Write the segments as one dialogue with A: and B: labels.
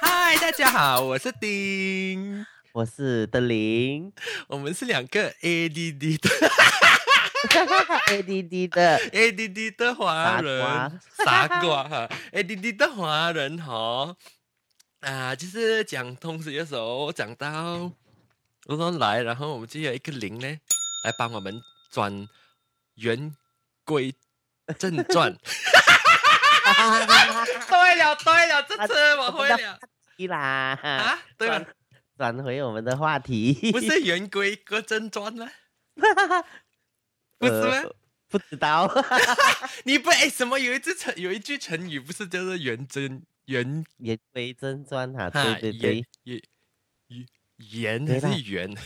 A: 大家好，我是丁，
B: 我是德林
A: 我们是两个 ADD 的
B: ，ADD 的
A: ADD 的华人傻
B: 傻瓜
A: 瓜哈，ADD 的华人哈啊，就是讲通识的时候讲到罗东来，然后我们就有一个零呢，来帮我们转圆规正 传。对了对了，这次啊我会了
B: 一啦，
A: 啊，对了，
B: 转回我们的话题，
A: 不是圆规个正传吗？不
B: 呃，
A: 是吗？
B: 不知道，
A: 你不哎什么有一句成有一句成语不是叫做圆真圆
B: 言归正传哈，
A: 哈
B: 对对对，
A: 圆圆圆
B: 对
A: 还
B: 啦
A: 是圆？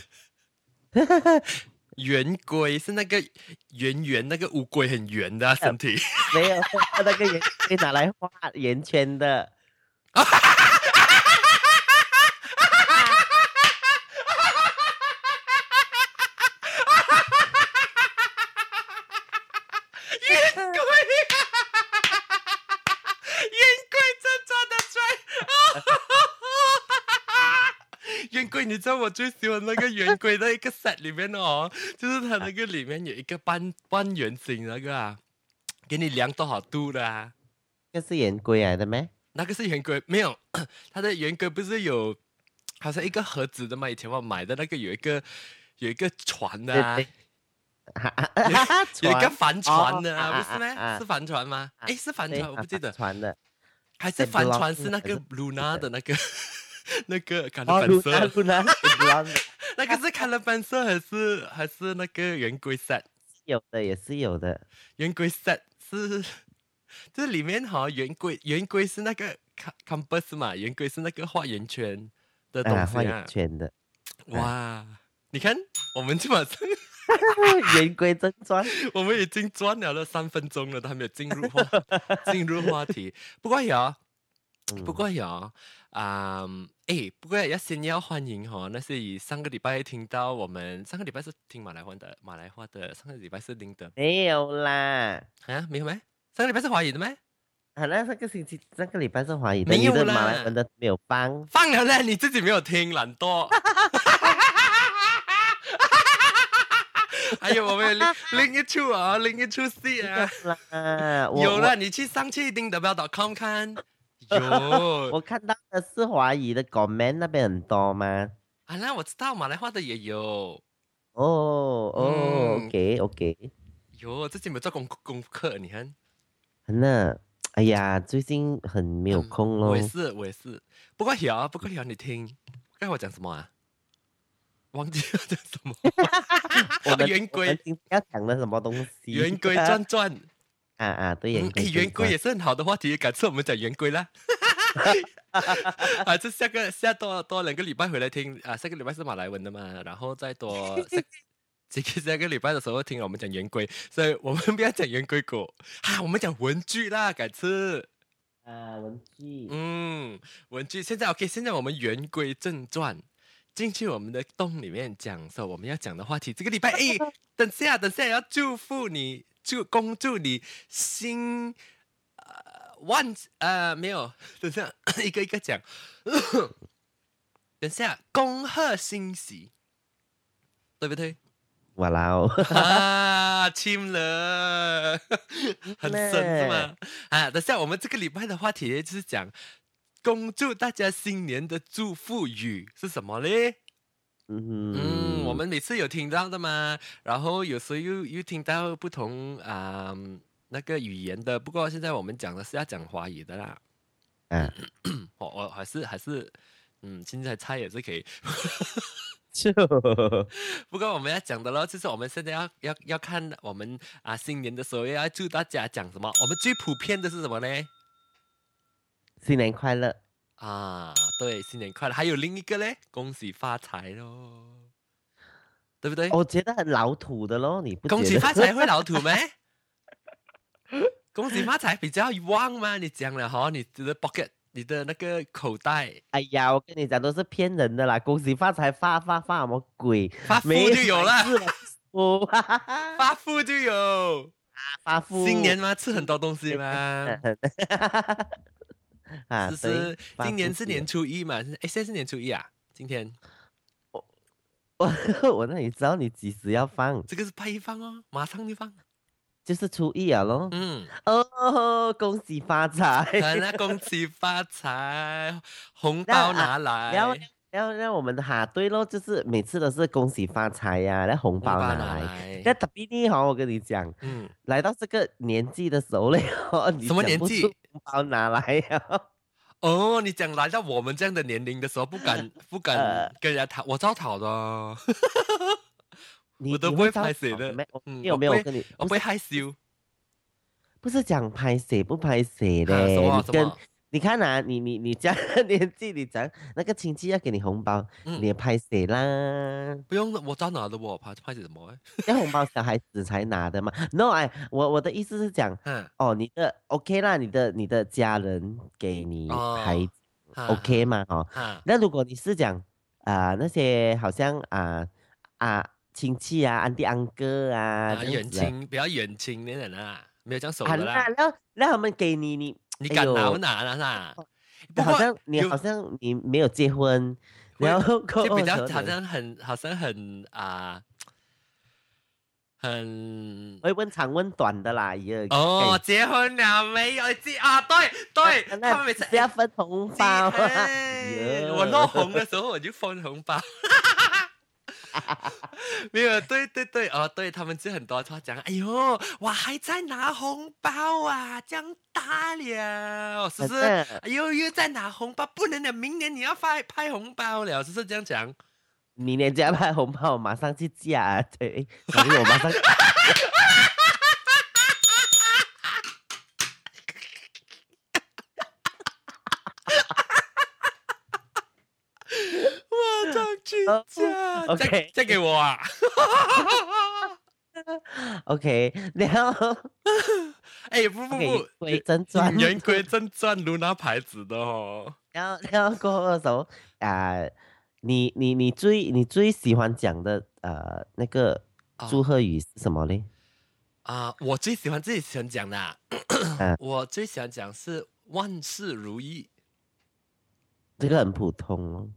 A: 圆规是那个圆圆那个乌龟很圆的啊、身体，
B: 没有那个圆可以拿来画圆圈的，
A: 圆规，圆规正传的传。圆规，你知道我最喜欢那个圆规的一个 set 里面哦，就是它那个里面有一个半半圆形那个啊，给你量多少度的啊。
B: 这是圆规来的咩？
A: 那个是圆规， 没有，它的圆规不是有，好像一个盒子的嘛？以前我买的那个有一个有一个船的、啊
B: 对， 哈哈哈哈
A: 有一个
B: 船
A: 帆船的、
B: 哦啊
A: 啊，
B: 啊
A: 不是
B: 啊啊
A: 吗？是帆船吗？
B: 啊
A: 诶，是帆
B: 对
A: 船，我不
B: 啊
A: 记得，
B: 船的，
A: 还是
B: 对
A: 帆船
B: ，Blue
A: 是那个
B: Lock 嗯是
A: Luna 的那个 那个卡
B: 哦，啊
A: 勒
B: 露
A: 本
B: 娜
A: 色，
B: 露娜，
A: 那个是卡勒本色还是还是那个圆规 set？
B: 有的也是有的，
A: 圆规 set 是， 这里面哈、圆规圆规是那个 com- compass 嘛，圆规是那个画圆圈的东
B: 啊，
A: 西
B: 画
A: 啊。
B: 圆圈的， 哎
A: 哇，你看，我们就马上，
B: 言归正传，
A: 我们已经转了了三分钟了，都还没有进入话进入话题。不过有，不
B: 嗯
A: 过有，啊、诶，不过要先要欢迎哈、哦，那些以上个礼拜听到我们上个礼拜是听马来话的，马来话的上个礼拜是林的
B: 没有啦。
A: 啊，没有咩？上个礼拜是华语的咩？
B: 啊，那上个星期、上个礼拜是华语的，
A: 没
B: 你
A: 有
B: 的马
A: 啦
B: 来文的没有帮，
A: 放了嘞，你自己没有听，懒惰。还哎有我们有另另一处啊，另一处戏啊。
B: 啦，我
A: 有了，你去上去丁德标 .com 看。有
B: 我，我看到的是华语的 comment 那边很多吗？
A: 啊，那我知道马来话的也有。
B: 哦哦
A: 嗯
B: ，OK OK，
A: 有，自己没有做功功课，你看。
B: 那哎呀，最近很没有
A: 嗯
B: 空咯
A: 我。也是，我也是。不过有，啊不过有，你听，刚才我讲什么啊？忘记了讲什么。
B: 我们
A: 圆
B: 我们
A: 规，
B: 今天要讲的什么东西？
A: 圆 规转转。
B: 啊啊，对，
A: 嗯
B: 圆
A: 诶
B: 规
A: 圆规
B: 转
A: 也是很好的话题，改次我们讲圆规啦。啊，这下个下多多两个礼拜回来听啊，下个礼拜是马来文的嘛，然后再多下这个下个礼拜的时候听我们讲圆规，所以我们不要讲圆规狗啊，我们讲文具啦，改次。
B: 啊文具，
A: 嗯，文具现在 OK，现在我们言归正传，进去我们的洞里面讲说我们要讲的话题。这个礼拜，哎，等下，等下要祝福你，祝恭祝你新呃万呃没有， 等下一个一个讲， 等下恭贺新喜，对不对？
B: 哇啦哦，
A: 啊，亲了，很深是吗？啊，等下我们这个礼拜的话题就是讲，恭祝大家新年的祝福语是什么嘞？嗯，
B: 嗯，
A: 我们每次有听到的嘛，然后有时候又又听到不同啊、那个语言的，不过现在我们讲的是要讲华语的啦。
B: 啊，
A: 我我还是还是，嗯，现在猜也是可以。
B: 就
A: 不过我们要讲的咯，就是我们现在要要要看我们啊新年的时候要祝大家讲什么。我们最普遍的是什么呢？
B: 新年快乐。
A: 啊，对，新年快乐。还有另一个嘞，恭喜发财咯，对不对？
B: 我觉得很老土的咯，你哦不
A: 恭
B: 觉
A: 喜
B: 得
A: 发财会老土 吗？恭喜发财比较旺吗？你讲了哈，你的 pocket，你的那个口袋
B: 哎呀，我跟你讲都是骗人的啦！恭喜发财发发发什么鬼？
A: 发福
B: 没
A: 就有了，
B: 了， 哦，哈哈哈
A: 发福就有。
B: 发福，
A: 新年吗？吃很多东西吗？
B: 嗯， 啊，
A: 是
B: 对
A: 是，
B: 发
A: 今年
B: 出
A: 是
B: 去
A: 年初一嘛？是哎，现在是年初一啊？今天
B: 了 我那里知道你几时要放，
A: 这个是拜一放哦，马上就放。
B: 就是初一了咯。
A: 嗯，
B: 哦，恭喜发财！
A: 咱那恭喜发财，红
B: 啊
A: 包拿来，
B: 然后然后让我们的哈对咯，就是每次都是恭喜发财呀、那红
A: 红
B: 包
A: 包
B: 拿
A: 拿
B: 来。
A: 来。
B: 那特别厉害，我跟你讲，
A: 嗯，
B: 来到这个年纪的时候了， 你
A: 什么
B: 讲
A: 年
B: 不出
A: 纪
B: 红包拿来呀？
A: 哦，你讲来到我们这样的年龄的时候，不 敢不敢
B: 呃
A: 跟人家讨，我招讨的哦，
B: 你
A: 我都
B: 你
A: 不会
B: 招
A: 拍谁
B: 讨
A: 的
B: 没有
A: 嗯
B: 没有
A: 我
B: 没
A: 不
B: 有
A: 会
B: 跟你
A: 我
B: 不
A: 不会害羞。
B: 不是讲拍谁不拍谁
A: 啊
B: 的，
A: 什么
B: 你
A: 什
B: 跟
A: 么
B: 你看啊，你你你这样的 年纪，你讲那个亲戚要给你红包，
A: 嗯
B: 你也拍谁啦？
A: 不用，我招哪的我怕怕什么？啊
B: 要红包小孩子才拿的嘛。No，哎，我我的意思是讲，
A: 嗯
B: 哦，你的 OK 啦，你的你的家人给你
A: 哦啊
B: 孩子、
A: 哈
B: OK 嘛？哦，
A: 哈，
B: 那如果你是讲啊、那些好像啊啊亲戚啊、安弟安哥啊
A: 啊
B: 这样
A: 远
B: 子啊
A: 亲比较远亲那点啦，没有这样熟
B: 啊，
A: 的
B: 那
A: 啦，
B: 让让他们给你，你
A: 你
B: 哎
A: 敢拿
B: 呦
A: 不拿啦啦？不
B: 那好
A: 过
B: 像你
A: 有
B: 好像你没有结婚，
A: 会
B: 然后过
A: 就比
B: 后
A: 较
B: 可
A: 好
B: 能
A: 像很好像很啊、很
B: 会问长问短的啦，也
A: 哦，结婚了没有？记啊，对对，他们每次
B: 不要分红
A: 记
B: 包啊，
A: 哎
B: 哎
A: 我落红的时候我就分红包。 没有，对对对，哦，对他们就很多他讲，哎呦，我还在拿红包啊，这样大了，是
B: 反
A: 不
B: 正
A: 是？哎呦，又在拿红包，不能了，明年你要发拍红包了，是不是这样讲？
B: 明年加派红包，我马上去嫁、啊，对，所以我马上
A: 哇，张君
B: 哦
A: 佳，
B: OK
A: 再给我啊！
B: OK，然后
A: 哎，不不
B: OK
A: 不，
B: 回正传，
A: 言归正传，如拿牌子的哦。
B: 然后然后过后的时候啊、你你你最你最喜欢讲的呃那个
A: 啊
B: 祝贺语是什么嘞？
A: 啊、我最喜欢自己喜欢讲的啊、
B: 嗯
A: 我最喜欢讲是万事如意，
B: 这个很普通哦。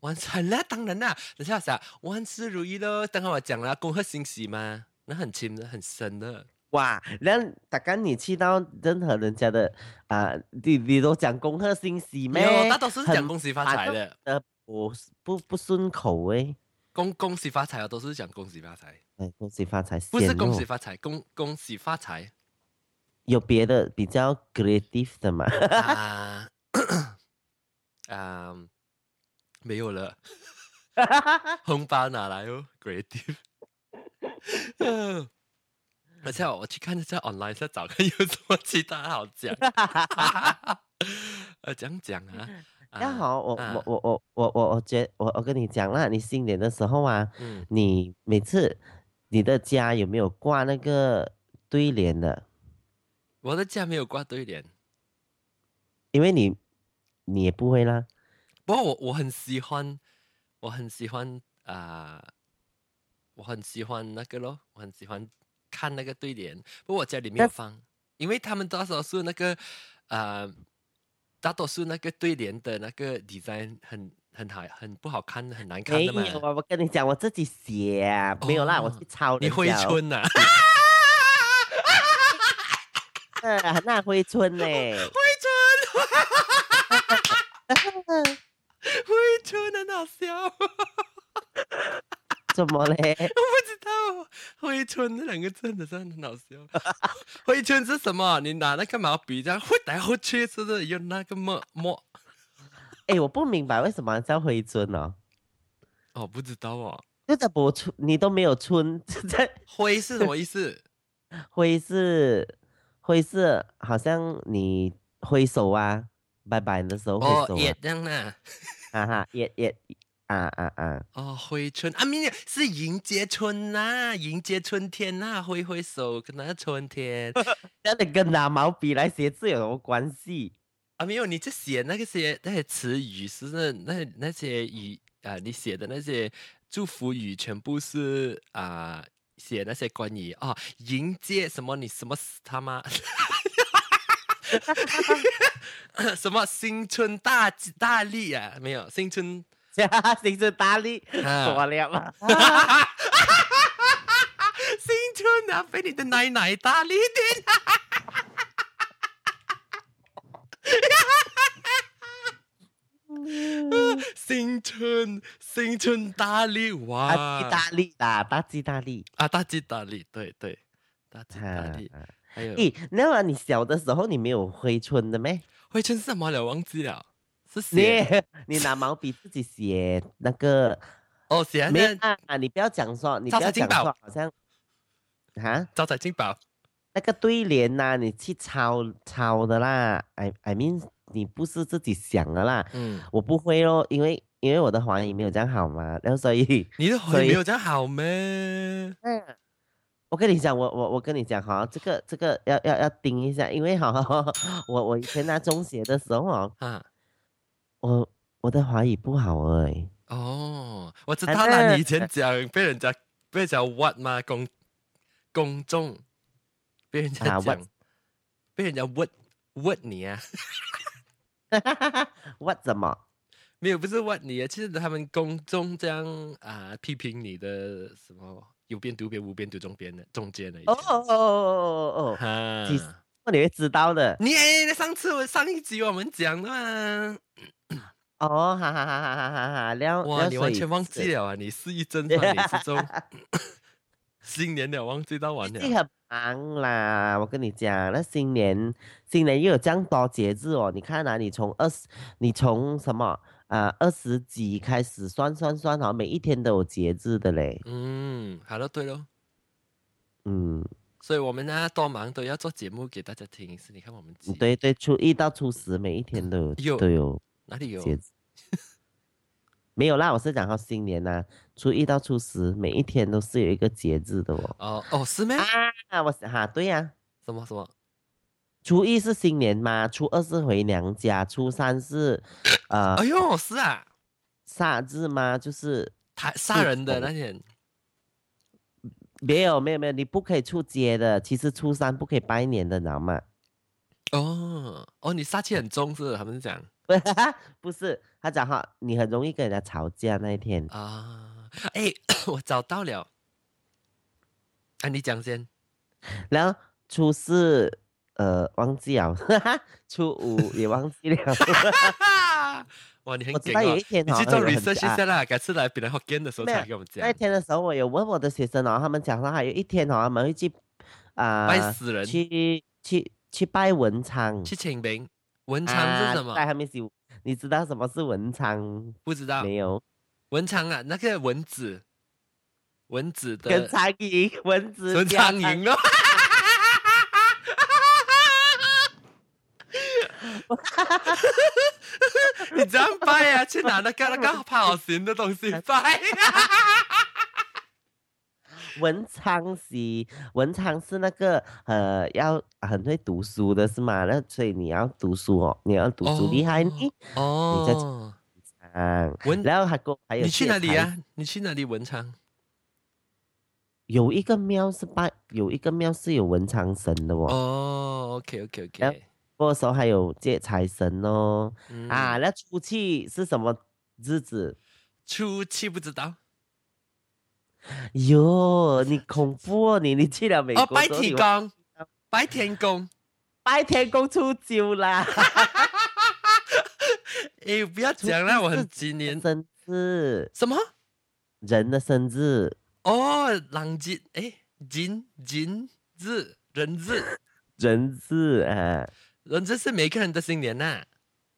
A: 万事 很啦，当然啦。等下我想万事如意咯，刚刚我讲了恭贺新喜嘛，那很亲的，很深的。
B: 哇，然后大概你去到任何人家的啊、你你都讲恭贺新喜
A: 没
B: 咩？
A: 有，大多数是讲
B: 很
A: 恭喜发
B: 反
A: 财
B: 正
A: 的，
B: 呃，我是不不顺口诶、
A: 恭恭喜发财啊，都是讲恭喜发财，
B: 哎，恭喜发财！
A: 不是
B: 鲜
A: 恭
B: 肉
A: 喜发财，恭恭喜发财
B: 有别的比较 creative 的嘛？
A: 啊 啊，没有了。 红包拿来哦，creative。嗯等下我去看一下 online，再找看有什么其他好讲。 呃，讲讲啊，
B: 那
A: 啊，
B: 好，我
A: 啊
B: 我我我我我我觉我我跟你讲啦，你新年的时候啊，
A: 嗯，
B: 你每次你的家有没有挂那个对联的？
A: 我的家没有挂对联，
B: 因为你你也不会啦，
A: 不过我我很喜欢，我很喜欢啊、我很喜欢那个咯，我很喜欢看那个对联，不过我家里没有
B: 但
A: 放，因为他们大多数那个呃，大多数那个对联的那个 design 很很好，很不好看，很难看
B: 没
A: 的嘛。
B: 有啊！我跟你讲，我自己写啊、没有啦，我
A: 哦
B: 去抄
A: 你
B: 人
A: 挥
B: 家哦
A: 春啊呐、
B: 呃那挥春 呢、
A: 挥春，挥春很好笑，我
B: 怎么嘞？
A: 不知道挥春这两个字真的是很 好笑。挥春是什么？你拿那个毛笔这样挥来挥去，是不是用那个墨墨？
B: 哎，我不明白为什么叫挥春哦，
A: 哦，不知道哦。
B: 就是不春，你都没有春， 在
A: 挥是什么意 思？
B: 挥是挥是，好像你挥手啊，拜拜的时候挥
A: 哦，
B: 手
A: 也
B: 啊，
A: 这样啦。
B: 哈哈，也也啊啊啊，
A: 哦，挥春啊，明年是迎接春呐、迎接春天呐、挥挥手，跟那春天
B: 那你跟拿毛笔来写字有什么关系？
A: 啊，没有，你就写那个些那些词语是那那那些语啊，你写的那些祝福语全部是啊、哦写那些关于啊、迎接什么你什么死他妈， 什么新春大吉大利啊？没有，新春
B: 新春大利，
A: 啊
B: 说了嘛，
A: 新春啊，被你的奶奶大力一点。新春，新春大啊力哇！
B: 大吉大利啦，大吉大利。
A: 啊，大吉大利，对对，大吉大
B: 啊
A: 利。
B: 啊
A: 还有
B: 咦，那么你小的时候你没有挥春的咩？
A: 会称什么了？忘记了，是
B: 你
A: 写
B: 你拿毛笔自己写那 个
A: 哦，写
B: 没有
A: 那
B: 啊？你不要讲说，你
A: 招
B: 不要
A: 财进
B: 讲说
A: 宝，
B: 好像啊
A: 招财进宝。
B: 那个对联呐、你去抄抄的啦。I I mean，你不是自己想的啦。
A: 嗯，
B: 我不会咯，因为因为我的华语没有这样好嘛，然后所 以，
A: 你的回
B: 所以
A: 没有这样好咩？
B: 嗯，我跟你讲，我我我跟你讲哈，这个这个要要要盯一下，因为哈， 我我以前拿中学的时候哦，
A: 啊，
B: 我我的华语不好哎、
A: 哦，我知
B: 反
A: 道了，
B: 正
A: 你以前讲被人家被人家 what 嘛，公公众被人家
B: 啊
A: 讲
B: ，what，
A: 被人家 what what 你啊，
B: 我怎么？
A: 没有不是 what 你啊，其实他们公众这样啊批评你的什么有边读边无边读中边的中间的，
B: 哦哦哦哦哦哦
A: 哈
B: 其实哦，你会知道的
A: 你哎，上次我上一集我们讲的嘛，
B: 哦，哈哈哈哈哈哈哈！了
A: 哇，
B: 了
A: 你
B: 所
A: 完
B: 以
A: 全忘
B: 是
A: 记了啊！你是一针算你 是中，新年了忘记到完
B: 最近
A: 了。
B: 很忙啦，我跟你讲，那新年新年又有这样多节日哦。你看啊，你从二十，你从什么啊二十几开始算算算，好像每一天都有节日的嘞。
A: 嗯，好了，对喽，
B: 嗯，
A: 所以我们呢多忙都要做节目给大家听一次。你看我们几
B: 对对，初一到初十每一天都
A: 有
B: 有都有
A: 哪里有
B: 节日。没有啦，我是讲到新年呐、初一到初十每一天都是有一个节日的哦。
A: 哦哦是咩？
B: 啊，我哈、对呀、
A: 什么什么？
B: 初一是新年嘛，初二是回娘家，初三是呃
A: 哎呦是啊，
B: 杀日吗？就是
A: 他杀人
B: 哦
A: 的那天
B: 没有没有没有，你不可以出街的。其实初三不可以拜年的，你知道吗？
A: 哦哦，你杀气很重是不是他们讲
B: 不是，他讲哈，你很容易跟人家吵架那一天。
A: 啊。哎， 我找到了，啊你讲 先。
B: 然后初四呃忘记了， 初五也 忘记了。
A: 哇，你很
B: 我知
A: 劲
B: 道有
A: 哦
B: 一！天
A: 你
B: 哦
A: 去做
B: 会有很
A: research 一
B: 啊
A: 下啦，改次来别人 Hokkien 的时候
B: 没有
A: 才给我们讲
B: 那一。天的时候，我有问我的学生哦，他们讲说还有一天哦，他们会去啊、
A: 拜死人，
B: 去去去拜文昌。啊
A: 去请名。文
B: 文
A: 昌是什么？
B: 在还没修，你知道什么是文昌
A: 不知道。
B: 没有？
A: 文昌啊，那个蚊子，蚊子
B: 跟
A: 的
B: 苍蝇、蚊子、
A: 文
B: 加
A: 昌
B: 上
A: 蝇哦。你这样拜啊？去拿那个那个跑行的东西啊拜。
B: 文昌是文昌是那个呃要很会读书的是吗？那所以你要读书哦，你要读书厉害呢。
A: 哦，
B: 啊，
A: 文，
B: 然后还有还有
A: 嗯你去
B: 借
A: 哪里
B: 财？
A: 啊？你去哪里文昌？
B: 有一个庙是拜，有一个庙是有文昌神的哦。
A: 哦，OK OK
B: 然
A: OK，
B: 过的时候还有借财神哦。
A: 嗯
B: 啊，，那出去是什么日子？
A: 初七不知道
B: 哟，你恐怖哦，你你去了美国
A: 哦，白
B: 之后你
A: 天
B: 忘
A: 公，白天公，
B: 白天公出九啦。
A: 诶，哎不要讲啦，我很几年
B: 生日，
A: 什么
B: 人的生日，
A: 哦，狼节诶，金金日人日，
B: 人日啊，
A: 人日是每个人的新年呐、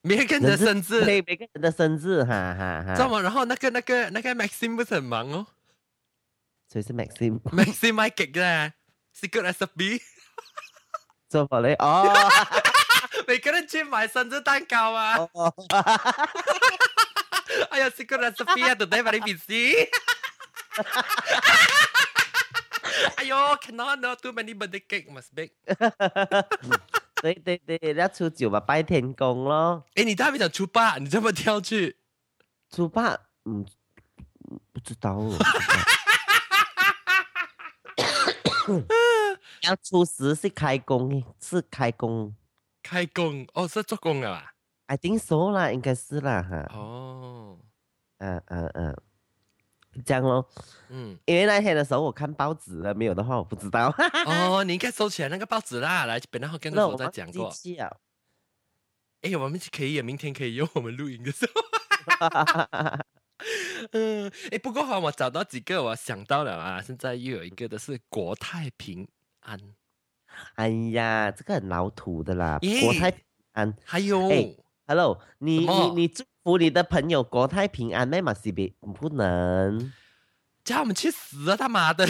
A: 每个人的
B: 人
A: 生日，
B: 对每个人的生日，哈哈
A: 知道
B: 哈。
A: 吗？然后那个那个那个 Maxim 不是很忙哦
B: 所以是 Maxim
A: ，Maxim 卖给的 Secret Recipe，
B: 做法嘞， 哦
A: 每个人去买生日蛋糕啊，
B: 哦哦，
A: 哎呀，Secret Recipe 啊，today very busy。哎呦，cannot no too many birthday cake must bake。
B: 对对对，要初九嘛，拜天公咯，
A: 哎，你大没讲初八，你这么跳去？
B: 初八，嗯，不知 道哦。要初十是开工，是开工，
A: 开工哦，是做工了啊？
B: I think so 啦，应该是啦哈，
A: 哦，
B: 嗯嗯嗯，这样咯。
A: 嗯，
B: 因为那天的时候我看报纸了，没有的话我不知道。
A: 哦，你应该收起来那个报纸啦。来，本来我跟
B: 那
A: 的
B: 我
A: 我在
B: 忘
A: 讲
B: 记
A: 过，
B: 去了。
A: 哎，我们可以，明天可以用我们录音的时候。 嗯，哎，不过哈，我找到几个，我想到了啊，现在又有一个的是国泰平安，
B: 哎呀，这个很老土的啦，
A: 咦
B: 国泰平安。
A: 还有、
B: 哎 Hello，你
A: 什么
B: 你你祝福你的朋友国泰平安，那么是别不能。
A: 叫我们去死啊！他妈 的！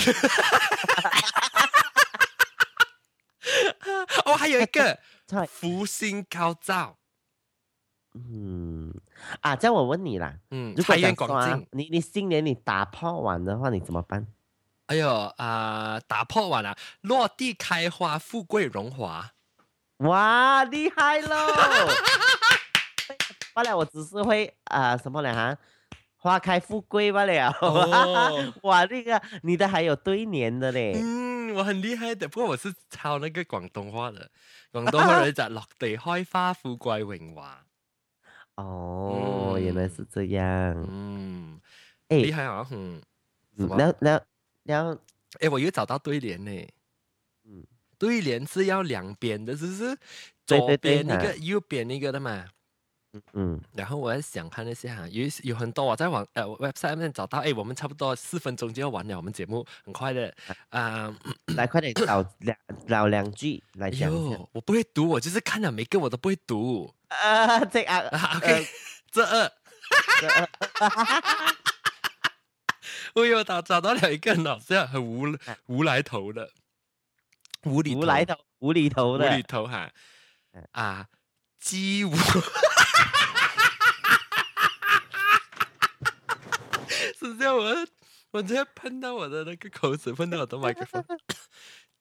A: 哦，还有一
B: 哎
A: 个
B: 菜，
A: 福星高照，
B: 嗯，啊，这样我问你啦，
A: 嗯，
B: 如果
A: 财源
B: 想
A: 广
B: 说啊
A: 进。
B: 你你新年你打炮完的话，你怎么办？
A: 哎呦啊、打破完了，落地开花，富贵荣华。
B: 哇，厉害喽！罢了，我只是会啊、呃什么来哈，花开富贵罢了。
A: 哦
B: 哇，那个你的还有对联的嘞，
A: 嗯，我很厉害的，不过我是抄那个广东话的，广东话人讲落地开花，富贵荣华。
B: 哦，原来
A: 嗯
B: 是这样。
A: 嗯，
B: 哎、
A: 厉害啊，嗯，什
B: 嗯
A: 么
B: 然后然后然后
A: 哎，我又找到对联呢。
B: 嗯
A: 对联是要两边的，是不是？
B: 对
A: 左
B: 对对
A: 边一
B: 啊
A: 个，右边一个的嘛。
B: 嗯，
A: 然后我在想看一下，有一些有很多我在网呃 website 上面找到，哎，我们差不多四分钟就要完了，我们节目很快的啊。
B: 来快点找两找两句来
A: 哎
B: 讲一下
A: 呦，我不会读，我就是看了每个我都不会读。
B: 啊，这啊
A: 啊 OK，这二，
B: 这呃
A: 我又找找到了一个老师，很无无来头的，无厘
B: 哎无来头无厘头
A: 无
B: 的
A: 厘头哈
B: 嗯
A: 啊，鸡无，是这样我我直接喷到我的那个口水，喷到我的麦克风。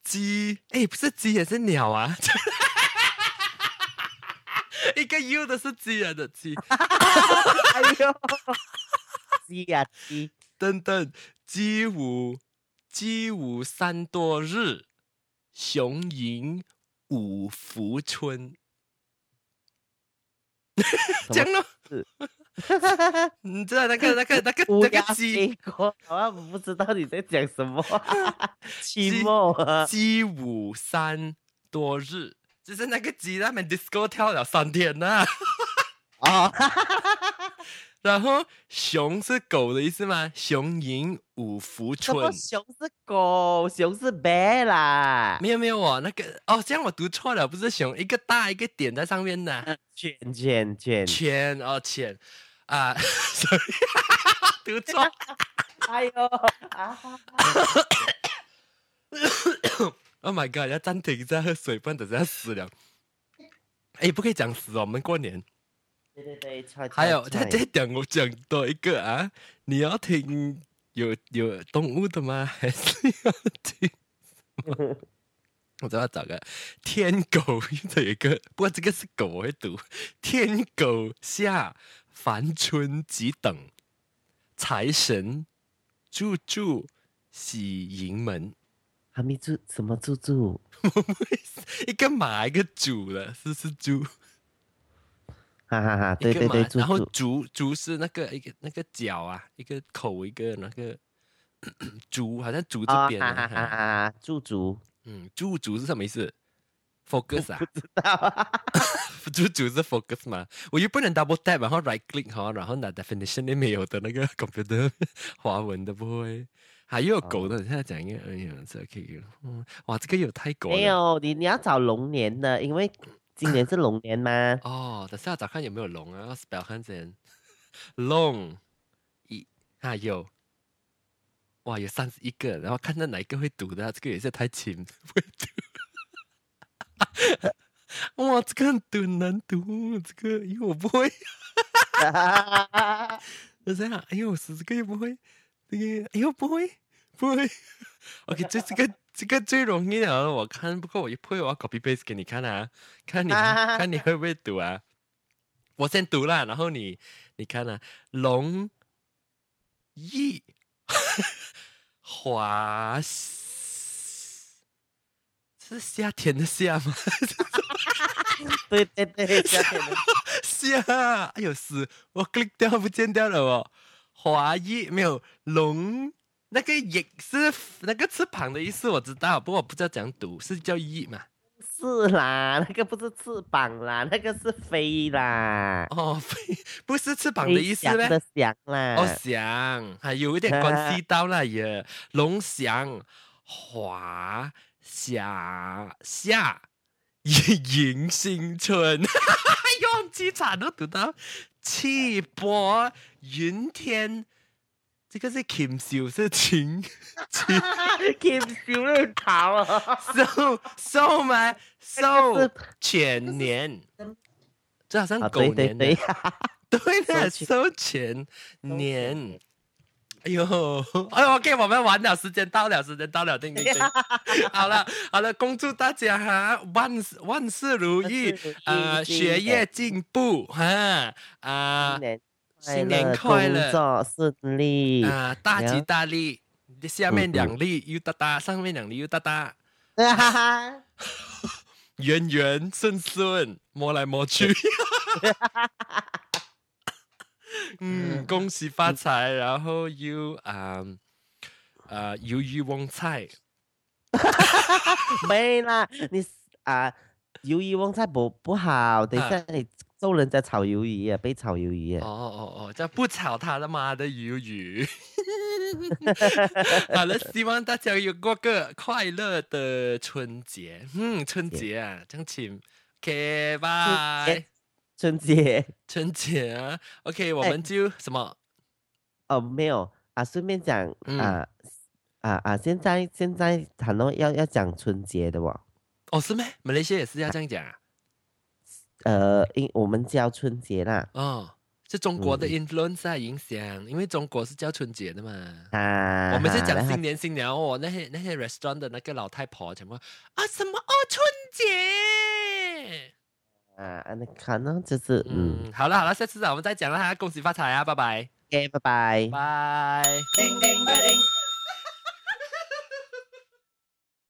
A: 鸡，哎，不是鸡也是鸟啊， 一个 U 的是鸡啊的鸡，
B: 哎呦， 鸡呀鸡，
A: 等等，鸡舞鸡舞三多日，雄吟五福春。
B: 什
A: 讲
B: 么
A: 了， 你知道那个那个那个
B: 乌
A: 那
B: 鸦
A: 个鸡
B: 飞过，好像不知道你在讲 什么，期
A: 鸡
B: 末啊，
A: 鸡舞三多日，就是那个鸡他们 disco 跳了三天 呐、
B: 哦，
A: 然后熊是狗的意思吗？雄吟五福
B: 什么
A: 春。
B: 熊是狗，熊是 bear 啦，
A: 没有没有哦，那个哦，这样我读错了，不是熊，一个大一个点在上面的。
B: 卷卷卷，
A: 钱哦钱啊， 所以读错。
B: 哎呦，啊哈哈
A: Oh my god！要暂停一下喝水，不然等下要死了。哎，不可以讲死哦，我们过年。
B: 对对对，踹
A: 还有，
B: 踹
A: 再
B: 踹
A: 再讲我讲多一个啊，你要听有有动物的吗？ 还是要听 什么？我都要找个天狗，这有一个，不过这个是狗，我会读天狗下凡春几等，财神住住喜迎门，
B: 还没住什么住住，
A: 一个马一个主了，是是猪，
B: 哈哈哈，对
A: 一个
B: 对
A: 马
B: 对，住
A: 然后
B: 住，
A: 竹竹是那个一个那个角啊，一个口一个那个竹，好像竹这
B: 啊
A: 边、
B: 哈
A: 啊
B: 哈哈
A: 哈
B: 哈，住足，
A: 嗯，竹竹是什么意思？focus 啊，
B: 啊
A: 竹竹是 focus 嘛？我又不能 double tap，然后 right click 哈，然后拿 definition 里面有的那个 computer 华文的不会，还有
B: 哦
A: 狗的，你现在讲一个，哎呀，这可以，嗯，哇，这个有泰国
B: 没
A: 的
B: 有，你你要找龙年的，因为今年是龙年 嘛。
A: 哦，等下找看有没有龙啊，要 spell 看先。龙一啊有，哇有三十一个，然后看到哪一个会读的啊、这个也是太浅不会读。 哇，这个很读难读，这个因为我不会，等下哎呦，是这个又不会，这个哎呦不会不会。OK，这这个这个最容易了，我看不过我一会我要 copy paste 给你看啊，看你看你会不会读啊？我先读啦，然后你你看啊，龙翼 华是夏天的夏吗？
B: 对对对，夏天的
A: 是啊， 哎呦死，我 click 掉不见掉了哦。华裔没有龙，那个也是那个翅膀的意思，我知道，不过我不知道怎样读，是叫翼嘛？
B: 是啦，那个不是翅膀啦，那个是飞啦，
A: 哦，飞不是翅膀的
B: 飞
A: 意思
B: 翔
A: 呗？
B: 的翔啦。
A: 哦，翔，还有一点关系到了也，龙翔、华霞夏迎新春， 用机场都读到气薄云天，这个是 Kim 秀是 晴晴
B: Kim 小绿桃啊，
A: 瘦瘦吗？
B: 这
A: 瘦
B: 个
A: 犬年
B: 嗯，
A: 这好像
B: 啊
A: 狗
B: 对对
A: 年的
B: 对，
A: 对的，
B: 收
A: 收
B: 钱
A: 钱年。哎呦，哎呦，OK，我们完了，时间到了，时间到了，叮叮叮。好了，好了，恭祝大家哈万事万事如意
B: 万事如意，哎
A: 呃，
B: 新
A: 学
B: 年
A: 业进步哈，啊、
B: 新年
A: 新年快乐
B: 工作顺利。
A: 啊、大吉
B: 了
A: 大利，下面
B: 嗯嗯嗯
A: 两粒又哒哒，上面两粒又哒哒，
B: 哈哈，
A: 圆圆顺顺，摸来摸去。嗯，恭喜发财，然后又啊啊，鱿鱼旺菜，
B: 没啦，你啊，鱿鱼旺菜不不好，等一下你揍人家炒鱿鱼啊，被炒鱿鱼
A: 啊哦
B: 啊。
A: 哦哦，这不炒他的妈的鱿鱼。好了，希望大家有过个快乐的春节。嗯，春节啊，张琴，OK，拜
B: 节，春节
A: 春节啊，OK，我
B: 哎
A: 们就什么？
B: 哦，没有啊，顺便讲
A: 嗯
B: 啊啊啊，现在现在很多要要讲春节的哦，
A: 哦，是咩？马来西亚也是要这样讲啊？
B: 呃，因我们叫春节啦。
A: 哦，是中国的
B: 嗯
A: influence 啊影响，因为中国是叫春节的嘛。
B: 啊，
A: 我们是讲
B: 然后
A: 新年新年哦，那些那些 restaurant 的那个老太婆全部啊什么哦春节，
B: 啊，那可能就是嗯
A: 嗯，好了好
B: 嗯
A: 了，下次啊我们再讲了哈，恭喜发财啊，拜拜
B: ，OK，拜拜。
A: 拜。叮叮叮